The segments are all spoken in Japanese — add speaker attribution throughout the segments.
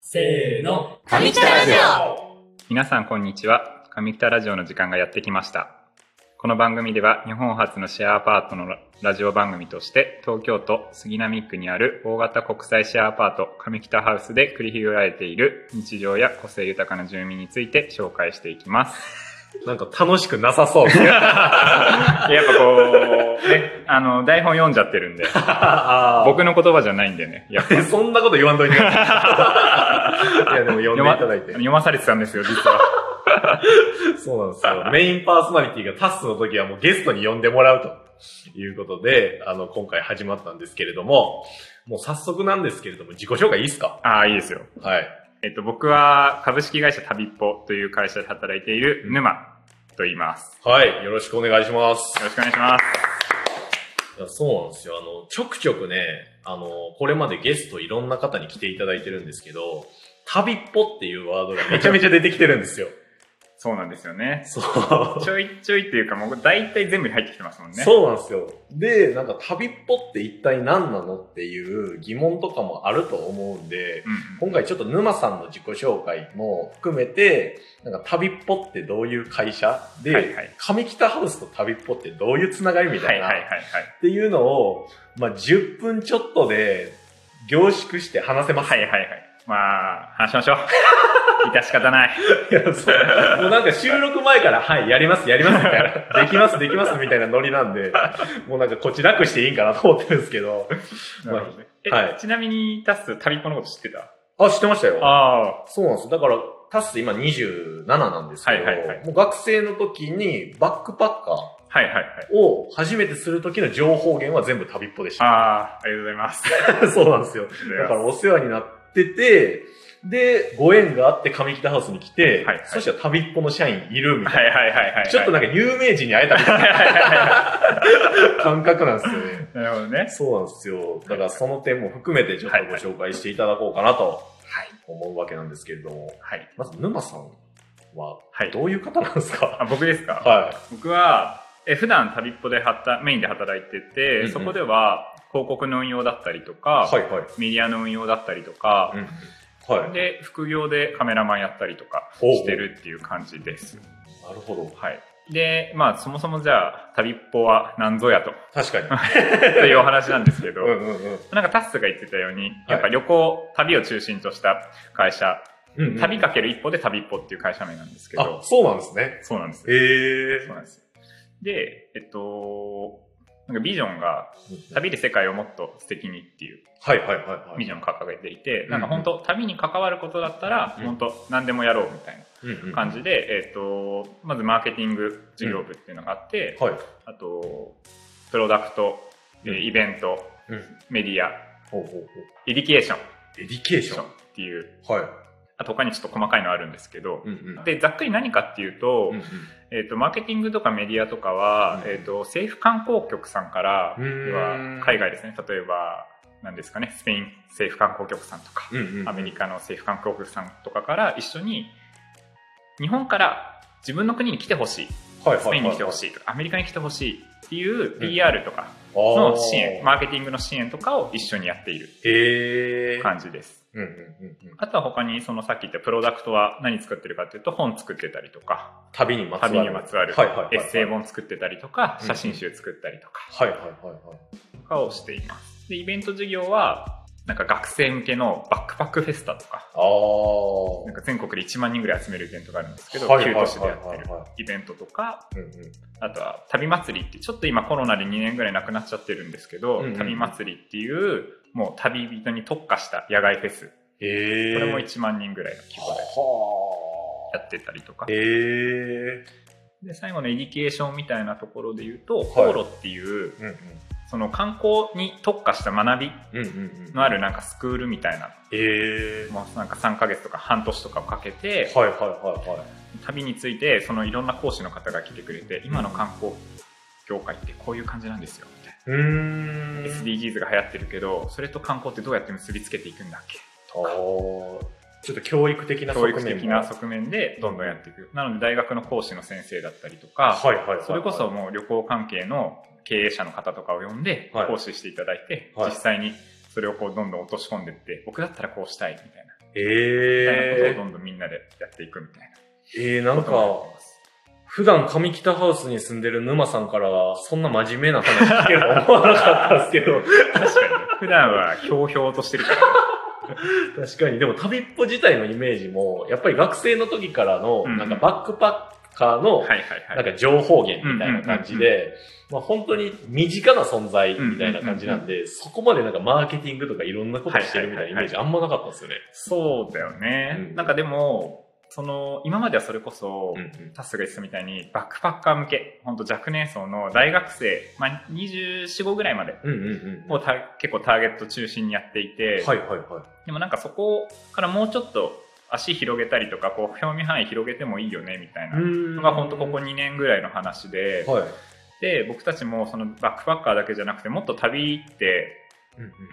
Speaker 1: せーの。
Speaker 2: 上北ラジ
Speaker 3: 皆さんこんにちは上北ラジオの時間がやってきましたこの番組では日本初のシェアアパートのラジオ番組として東京都杉並区にある大型国際シェアアパート上北ハウスで繰り広げられている日常や個性豊かな住民について紹介していきます
Speaker 4: なんか楽しくな さそう。
Speaker 3: やっぱこう、ね、あの、台本読んじゃってるんで、
Speaker 4: 僕、
Speaker 3: 僕の言葉じゃないんでね、やっぱ
Speaker 4: そんなこと言わ んといてください。いや、でも呼んでいただいて。
Speaker 3: 読まされてたんですよ、実は。
Speaker 4: そうなんですよ。メインパーソナリティがタッスの時はもうゲストに呼んでもらうということで、あの、今回始まったんですけれども、もう早速なんですけれども、自己紹介いいですか
Speaker 3: ああ、いいですよ。
Speaker 4: はい。
Speaker 3: えっと、僕は株式会社旅っぽという会社で働いている沼と言います。
Speaker 4: はい。よろしくお願いします
Speaker 3: よ。ろしくお願いします。
Speaker 4: いやそうなんですよ。あの、ちょくちょくね、あの、これまでゲストいろんな方に来ていただいてるんですけど、旅っぽっていうワードがめちゃめちゃ出てきてるんです よ。
Speaker 3: そうなんですよね。
Speaker 4: そう。
Speaker 3: ちょいちょいっていうか、もう大体全部に入ってきてますもんね。
Speaker 4: そうなんですよ。で、なんか旅っぽって一体何なのっていう疑問とかもあると思うんで、
Speaker 3: うんう
Speaker 4: 今
Speaker 3: ん。
Speaker 4: 回ちょっと沼さんの自己紹介も含めて、なんか旅っぽってどういう会社で、
Speaker 3: はいはい
Speaker 4: 上北ハウスと旅っぽってどういうつながりみた
Speaker 3: はいい
Speaker 4: な、
Speaker 3: はいはいはい。
Speaker 4: っていうのを、まあ、10分ちょっとで凝縮して話せます。
Speaker 3: はいはいはい。まあ、話しまし ょう。致し方ない。
Speaker 4: いやそう もうなんか収録前から、はい、やります、やります、みたい な。できます、できます、みたいなノリなんで、もうなんかこっち楽していいんかなと思ってるんですけど。
Speaker 3: なるほどね。え、
Speaker 4: はい
Speaker 3: ちなみに、タス、旅っぽのこと知ってた
Speaker 4: あ、知ってましたよ。
Speaker 3: ああ。
Speaker 4: そうなんです。だから、タス今27なんですけど、
Speaker 3: はいはいはい
Speaker 4: もう学生の時にバックパッカ
Speaker 3: はいはいはい。
Speaker 4: ーを初めてする時の情報源は全部旅っぽでし
Speaker 3: あ
Speaker 4: た。
Speaker 3: あ、ありがとうござい ます。
Speaker 4: そうなんですよ。だからお世話になってて、で、ご縁があって上北ハウスに来て、
Speaker 3: はいはい
Speaker 4: そしたら旅っぽの社員いるみたいな。
Speaker 3: はいはいはいはい。
Speaker 4: ちょっとなんか有名人に会えたみたいな 感覚なんですよね。
Speaker 3: なるほどね。
Speaker 4: そうなんですよ。だからその点も含めてちょっとご紹介していただこうかなと思うわけなんですけれども。
Speaker 3: はい。
Speaker 4: まず沼さんは
Speaker 3: はい。
Speaker 4: どういう方なんですか
Speaker 3: あ、僕ですか
Speaker 4: は
Speaker 3: 僕は、え、普段旅っぽで働、メインで働いてて、
Speaker 4: うんうん
Speaker 3: そこでは広告の運用だったりとか、
Speaker 4: い。はいはい。
Speaker 3: メディアの運用だったりとか、
Speaker 4: うん。はい。
Speaker 3: で、副業でカメラマンやったりとか
Speaker 4: ほう
Speaker 3: してるっていう感じです。
Speaker 4: なるほど。
Speaker 3: はい。で、まあ、そもそもじゃあ、旅っぽは何ぞ やと、
Speaker 4: 確かに。
Speaker 3: というお話なんですけど、
Speaker 4: うんうんうん
Speaker 3: なんかタッスが言ってたように、やっ
Speaker 4: は
Speaker 3: ぱ
Speaker 4: い
Speaker 3: 旅行、旅を中心とした会社、
Speaker 4: うんうん。
Speaker 3: 旅かける一歩で旅っぽっていう会社名なんですけ
Speaker 4: あ
Speaker 3: ど、、
Speaker 4: そうなんですね。
Speaker 3: そうなんですよ
Speaker 4: へえ
Speaker 3: そうなんですよ。で、えっと、なんかビジョンが、旅で世界をもっと素敵にっていう
Speaker 4: はいはいはいは
Speaker 3: ビ
Speaker 4: い。
Speaker 3: ジョンを掲げていて、
Speaker 4: うん
Speaker 3: なんか本当、旅に関わることだったら、
Speaker 4: うん
Speaker 3: 本当、何でもやろうみたい
Speaker 4: うんう
Speaker 3: なん感じで、えっと、まずマーケティング事業部っていうのがあって、
Speaker 4: はい。
Speaker 3: あと、プロダクト、え
Speaker 4: うん
Speaker 3: ーイベント、
Speaker 4: うん。
Speaker 3: メディア、
Speaker 4: ほうほうほう。
Speaker 3: エディケーションっ
Speaker 4: エディケーション。
Speaker 3: ていう、
Speaker 4: はい。
Speaker 3: あと他にちょっと細かいのあるんですけど、
Speaker 4: うんうん。
Speaker 3: で、ざっくり何かっていうと、
Speaker 4: うんうん、
Speaker 3: えっとマーケティングとかメディアとかは、
Speaker 4: うん
Speaker 3: えっと政府観光局さんから
Speaker 4: うーん
Speaker 3: 要は海外ですね例えば何ですかねスペイン政府観光局さんとか、
Speaker 4: うんうん。
Speaker 3: アメリカの政府観光局さんとかから一緒に日本から自分の国に来てほしい
Speaker 4: はいはいはい
Speaker 3: スペインに来てほしいとかアメリカに来てほしいっていう PR とか
Speaker 4: あー
Speaker 3: の支援、マーケティングの支援とかを一緒にやっている
Speaker 4: へえ。
Speaker 3: 感じです。
Speaker 4: うんうんうんうん。
Speaker 3: あとは他にそのさっき言ったプロダクトは何作ってるかっていうと本作ってたりとか
Speaker 4: 旅にまつわる。
Speaker 3: 旅にまつわる
Speaker 4: はいはいはいはい
Speaker 3: エッセイ本作ってたりとか
Speaker 4: うん
Speaker 3: 写真集作ったりとか
Speaker 4: はいはいはいはい。
Speaker 3: とかをしていますでイベント事業はなんか学生向けのバックパックフェスタとか
Speaker 4: ああ。
Speaker 3: なんか全国で1万人ぐらい集めるイベントがあるんですけど
Speaker 4: はいは
Speaker 3: 旧
Speaker 4: いはいはい
Speaker 3: 都
Speaker 4: はい
Speaker 3: 市でやってるイベントとか
Speaker 4: うんうん。
Speaker 3: あとは旅祭りってちょっと今コロナで2年ぐらいなくなっちゃってるんですけど、
Speaker 4: うんうん
Speaker 3: 旅祭りっていうもう旅人に特化した野外フェスこ
Speaker 4: へえ。
Speaker 3: れも1万人ぐらいの規模で
Speaker 4: は
Speaker 3: やってたりとか
Speaker 4: あ。へえ。
Speaker 3: で最後のエディケーションみたいなところで言うと
Speaker 4: い
Speaker 3: 航路っていう
Speaker 4: うんうん。
Speaker 3: その観光に特化した学び
Speaker 4: うんうんうん。
Speaker 3: のあるなんかスクールみたいな、
Speaker 4: ええ
Speaker 3: もうなんか3ヶ月とか半年とかをかけて、
Speaker 4: はいはいはいはい。
Speaker 3: 旅についてそのいろんな講師の方が来てくれて、今の観光業界ってこういう感じなんですよ、みたいう
Speaker 4: ーん。
Speaker 3: な。SDGs が流行ってるけど、それと観光ってどうやって結びつけていくんだっけ
Speaker 4: あーちょっと教育的な側
Speaker 3: 教
Speaker 4: 面も
Speaker 3: 育的な側面でどんどんやっていく。なので大学の講師の先生だったりとか、
Speaker 4: はいはいはいはい。
Speaker 3: それこそもう旅行関係の経営者の方とかを呼んで
Speaker 4: はい
Speaker 3: 講師していただいて、
Speaker 4: はい
Speaker 3: 実際にそれをこうどんどん落とし込んでいって僕だったらこうしたいみたいなみたいなことを
Speaker 4: え
Speaker 3: どんどんみんなでやっていくみ たいな
Speaker 4: ー、えー、なんか、普段上北ハウスに住んでる沼さんからは、そんな真面目な話聞けると思わなかったんですけ ど、
Speaker 3: 確かにね普段はひょうひょうとしてるから
Speaker 4: 確かに、でも旅っぽ自体のイメージも、やっぱり学生の時からの、
Speaker 3: うん
Speaker 4: なんかバックパッカーの、
Speaker 3: はいはい
Speaker 4: な
Speaker 3: は
Speaker 4: ん
Speaker 3: い
Speaker 4: か情報源みたいな感じで、まあ本当に身近な存在みたいな感じなんで、そこまでなんかマーケティングとかいろんなことしてるみたいなイメージあんまなかったんですよね。
Speaker 3: そうだよね、
Speaker 4: うん
Speaker 3: なんかでもその今まではそれこそ、タスが言ってたみたいにバックパッカー向けほんと若年層の大学生、まあ、245ぐらいまで
Speaker 4: うんうんうん。
Speaker 3: をた結構ターゲット中心にやっていて、
Speaker 4: はいはいはい。
Speaker 3: でもなんかそこからもうちょっと足広げたりとかこう興味範囲広げてもいいよねみたいなのが本当ここ2年ぐらいの話で、
Speaker 4: はい。
Speaker 3: で僕たちもそのバックパッカーだけじゃなくてもっと旅って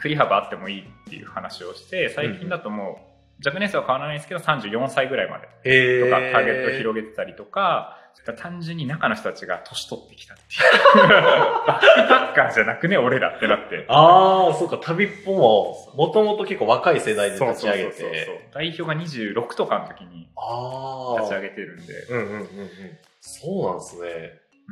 Speaker 3: 振り幅あってもいいっていう話をして最近だともう若年層は変わらないんですけど34歳ぐらいまで
Speaker 4: え
Speaker 3: と
Speaker 4: ー、
Speaker 3: かターゲットを広げてたりとか、それから単純に中の人たちが年取ってきたっていう。バックパッカーじゃなくね、俺らってなって。
Speaker 4: ああ、そうか、旅っぽも、もともと結構若い世代で
Speaker 3: そう
Speaker 4: 立ち
Speaker 3: そ
Speaker 4: 上
Speaker 3: うそ
Speaker 4: げ
Speaker 3: うそう
Speaker 4: て。
Speaker 3: 代表が26とかの時に
Speaker 4: ああ。
Speaker 3: 立ち上げてるんで。
Speaker 4: うんうんうんうん。そうなんですね。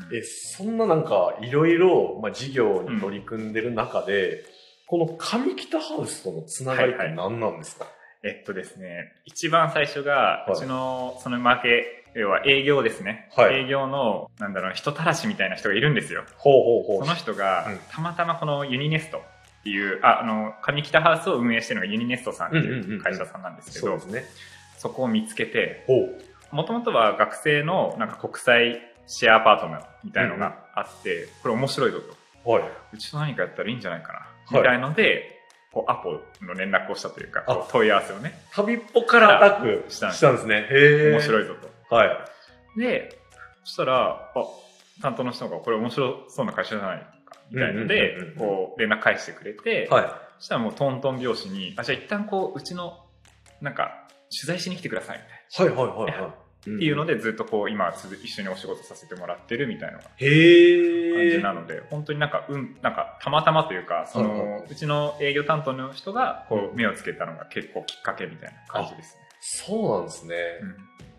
Speaker 3: うん
Speaker 4: え、そんななんか、いろいろ、まあ、事業に取り組んでる中で、この上北ハウスとのつながりって何なんですか、
Speaker 3: えっとですね、一番最初が、
Speaker 4: はいう
Speaker 3: ちのその負け、要は営業ですね。
Speaker 4: はい
Speaker 3: 営業の、なんだろう、人たらしみたいな人がいるんですよ。
Speaker 4: ほうほう
Speaker 3: その人が、
Speaker 4: うん
Speaker 3: たまたまこのユニネストっていう、あ、あの、上北ハウスを運営してるのがユニネストさんって
Speaker 4: うんうんうんう
Speaker 3: い
Speaker 4: ん
Speaker 3: う会社さんなんですけど、
Speaker 4: そうですね。
Speaker 3: そこを見つけて、
Speaker 4: ほう。
Speaker 3: もともとは学生のなんか国際シェアアパートメントみたいのがあって、これ面白いぞと。
Speaker 4: はい。
Speaker 3: うちと何かやったらいいんじゃないか
Speaker 4: い
Speaker 3: な。みたいので、こうアポの連絡をしたというか、こう問い合わせをね、
Speaker 4: 旅っぽからアタック
Speaker 3: したんです
Speaker 4: したんですね。へえ。
Speaker 3: 面白
Speaker 4: い。
Speaker 3: いぞと。
Speaker 4: はい。
Speaker 3: で、そしたら、あ、担当の人がこれ面白そうな会社じゃないか、みたいので
Speaker 4: うんうんうんうん、
Speaker 3: こう連絡返してくれて、
Speaker 4: は
Speaker 3: そしたらもうトントン拍子に、あ、じゃあ一旦こう、うちの、なんか、取材しに来てください、みたいな。
Speaker 4: い。はいはいはいはい。
Speaker 3: っていうの
Speaker 4: ん。
Speaker 3: で、ずっとこう、今、続一緒にお仕事させてもらってるみたいなのが感
Speaker 4: へ
Speaker 3: じ
Speaker 4: え。
Speaker 3: なので、本当になんか、うん、なんか、たまたまというか、そ
Speaker 4: はいはいは
Speaker 3: の
Speaker 4: い、
Speaker 3: うちの営業担当の人が、こう、目をつけたのが結構きっかけみたいな感じですね。
Speaker 4: そうなんですね。
Speaker 3: うん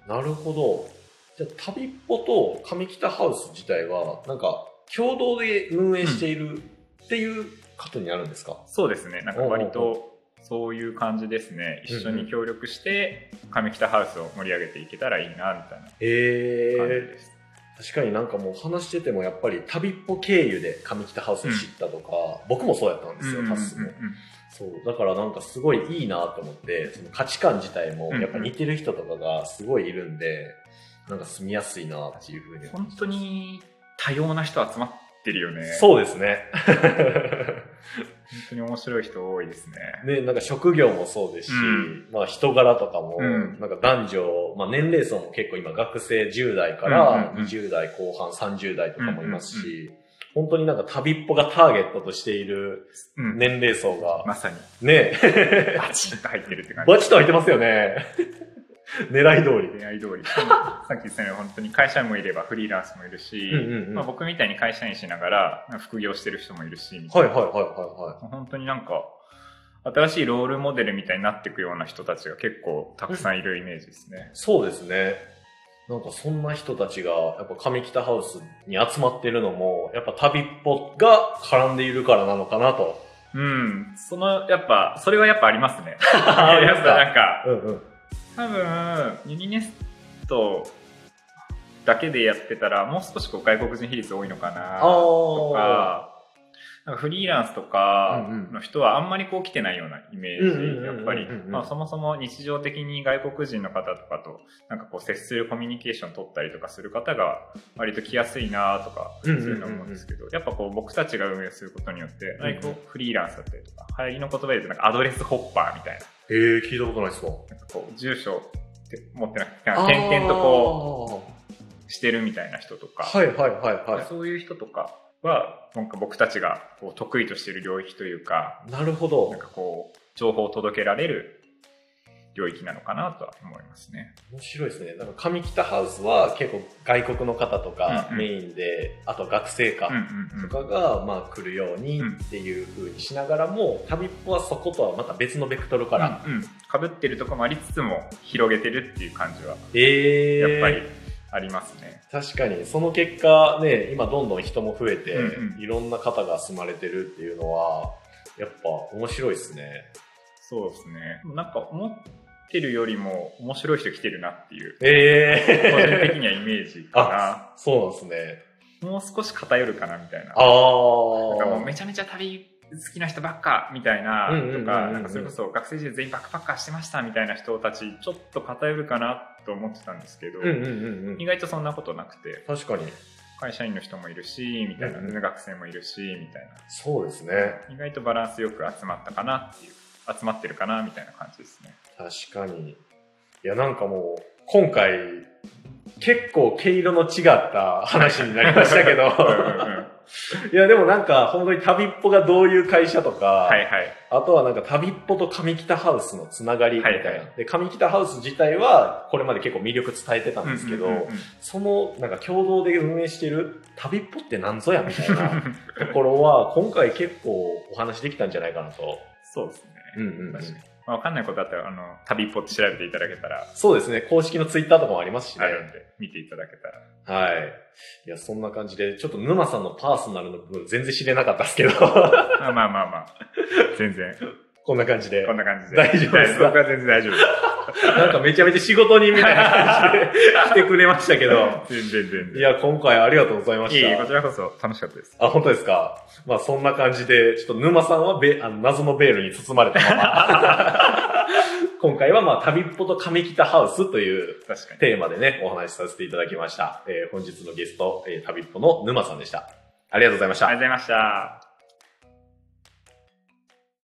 Speaker 4: なるほど。じゃあ、旅っぽと上北ハウス自体は、なんか、共同で運営しているっていうことになるんですか、
Speaker 3: そうですね、なんか割と、そういう感じですね。一緒に協力して、上北ハウスを盛り上げていけたらいいな、みたい
Speaker 4: へえ。
Speaker 3: な感じです。
Speaker 4: 確かになんかもう話しててもやっぱり旅っぽ経由で上北ハウスを知ったとか、僕もそうやったんですよ、タスも。そう。だからなんかすごいいいなと思って、その価値観自体もやっぱ似てる人とかがすごいいるんで、なんか住みやすいなっていうふうに。
Speaker 3: 本当に多様な人集まってるよね。本
Speaker 4: そうですね。
Speaker 3: 当に面白い人多いですね。
Speaker 4: ね、なんか職業もそうですし、
Speaker 3: うん
Speaker 4: まあ人柄とかも、
Speaker 3: うん
Speaker 4: なんか男女、まあ年齢層も結構今学生10代か
Speaker 3: う
Speaker 4: ら
Speaker 3: んうんうん
Speaker 4: 20代後半30代とかもいますし、本当になんか旅っぽがターゲットとしている
Speaker 3: うん。
Speaker 4: 年齢層が、
Speaker 3: ま さに、
Speaker 4: ね、
Speaker 3: バチッと入ってるって感じ。
Speaker 4: バチッと開いてますよね。 狙い通り。
Speaker 3: 恋愛通り。でもさっき言ったように本当に会社員もいればフリーランスもいるし、
Speaker 4: うんうんうん
Speaker 3: まあ、僕みたいに会社員しながら副業してる人もいるし、
Speaker 4: はいはいはいは
Speaker 3: 本当になんか、新しいロールモデルみたいになっていくような人たちが結構たくさんいるイメージです
Speaker 4: い
Speaker 3: ね。。
Speaker 4: そうですね。なんかそんな人たちが、やっぱ上北ハウスに集まってるのも、やっぱ旅っぽが絡んでいるからなのかなと。
Speaker 3: うん。その、やっぱ、それはやっぱありますね。
Speaker 4: ありますか
Speaker 3: やっぱなんか、
Speaker 4: うんうん。
Speaker 3: 多分ユニネストだけでやってたらもう少しこう外国人比率多いのかな
Speaker 4: あ
Speaker 3: と
Speaker 4: あ。
Speaker 3: かなんかフリーランスとか
Speaker 4: うんうん
Speaker 3: の人はあんまりこう来てないようなイメ
Speaker 4: うんうんうん
Speaker 3: ー
Speaker 4: う
Speaker 3: ジ
Speaker 4: ん
Speaker 3: やっぱり
Speaker 4: うんうん
Speaker 3: まあそもそも日常的に外国人の方とかとなんかこう接するコミュニケーション取ったりとかする方が割と来やすいなとか
Speaker 4: う
Speaker 3: そ
Speaker 4: ん
Speaker 3: う
Speaker 4: うんうんうん
Speaker 3: いうの思うんですけどやっぱこう僕たちが運営することによって
Speaker 4: んうん
Speaker 3: こうフリーランスだったりとか流行りの言葉で言うとなんかアドレスホッパーみたいな。
Speaker 4: ええ聞いたことないっすわ。
Speaker 3: なんかこう、住所って持ってなくて、点々とこう、してるみたいな人とか、
Speaker 4: あーはいはいはいは
Speaker 3: そういう人とかは、なんか僕たちがこう得意としてる領域というか、
Speaker 4: い。なるほど
Speaker 3: なん。かこう、情報を届けられる領域なのかなとは思いますね。
Speaker 4: 面白いですね。なんか上北ハウスは結構外国の方とか
Speaker 3: うんうん
Speaker 4: メインで、あと学生か
Speaker 3: うんうんう
Speaker 4: と
Speaker 3: ん。
Speaker 4: かがまあ来るようにっていう風にしながらも、旅っぽはそことはまた別のベクトルから。
Speaker 3: うんうん、かぶってるとこもありつつも広げてるっていう感じは
Speaker 4: え
Speaker 3: やっぱりありますね。
Speaker 4: 確かにその結果ね今どんどん人も増えて、
Speaker 3: うんうん
Speaker 4: いろんな方が住まれてるっていうのはやっぱ面白いですね、
Speaker 3: そうですね。なんか思ってるよりも面白い人来てるなっていう
Speaker 4: え
Speaker 3: 個人的
Speaker 4: え
Speaker 3: にはイメージか
Speaker 4: そうなんですね
Speaker 3: な。もう少し偏るかなみたい
Speaker 4: あ
Speaker 3: な。なんかもう
Speaker 4: あ
Speaker 3: めちゃめちゃ旅好きな人ばっかみたいな
Speaker 4: うんうんうんうん
Speaker 3: とか、なんかそれこそ学生時代全員バックパッカーしてましたみたいな人たち、ちょっと偏るかなと思ってたんですけど、
Speaker 4: うんうんうんうん
Speaker 3: 意外とそんなことなくて、
Speaker 4: 確かに
Speaker 3: 会社員の人もいるし、みたいな、
Speaker 4: うんうん
Speaker 3: 学生もいるし、みたいな。
Speaker 4: そうですね
Speaker 3: 意外とバランスよく集まったかなっていう集まってるかなみたいな感じです ね
Speaker 4: 確かにいやなんかもう今回結構毛色の違った話になりました けど
Speaker 3: はい
Speaker 4: やでもなんか本当に旅っぽがどういう会社とか、
Speaker 3: いはい
Speaker 4: あとはなんか旅っぽと上北ハウスのつながりみたいな。
Speaker 3: はいはい
Speaker 4: で、上北ハウス自体はこれまで結構魅力伝えてたんですけど、
Speaker 3: うんうんうんうん
Speaker 4: そのなんか共同で運営してる旅っぽってなんぞやみたい なところは今回結構お話できたんじゃないかなと。
Speaker 3: そうですね、
Speaker 4: うんうん
Speaker 3: 確かに、まあ、分かんないことあったらあの旅っぽって調べていただけたら
Speaker 4: そうですね。公式のツイッターとかもありますしね
Speaker 3: あ。るんで見ていただけたら
Speaker 4: はい。いや、そんな感じで、ちょっと沼さんのパーソナルの部分全然知れなかったですけ ど、
Speaker 3: まあまあまあまあ全然
Speaker 4: こんな感じで
Speaker 3: こん。な感じで
Speaker 4: 大丈夫ですか
Speaker 3: 僕は全然大丈夫です
Speaker 4: なんかめちゃめちゃ仕事人みたいな感じ で来てくれましたけど。
Speaker 3: 全然全
Speaker 4: い
Speaker 3: 然
Speaker 4: や、今回ありがとうございま
Speaker 3: い
Speaker 4: し
Speaker 3: い
Speaker 4: た。
Speaker 3: こちらこそ楽しかったです
Speaker 4: あ、本当ですか。まあ、そんな感じで、ちょっと沼さんはべあの謎のベールに包まれたまま。 今回は、まあ、旅っぽと上北ハウスという
Speaker 3: 確かに
Speaker 4: テーマでね、お話しさせていただきました。えー本日のゲスト、えー旅っぽの沼さんでした。ありがとうございました
Speaker 3: ありがとうございました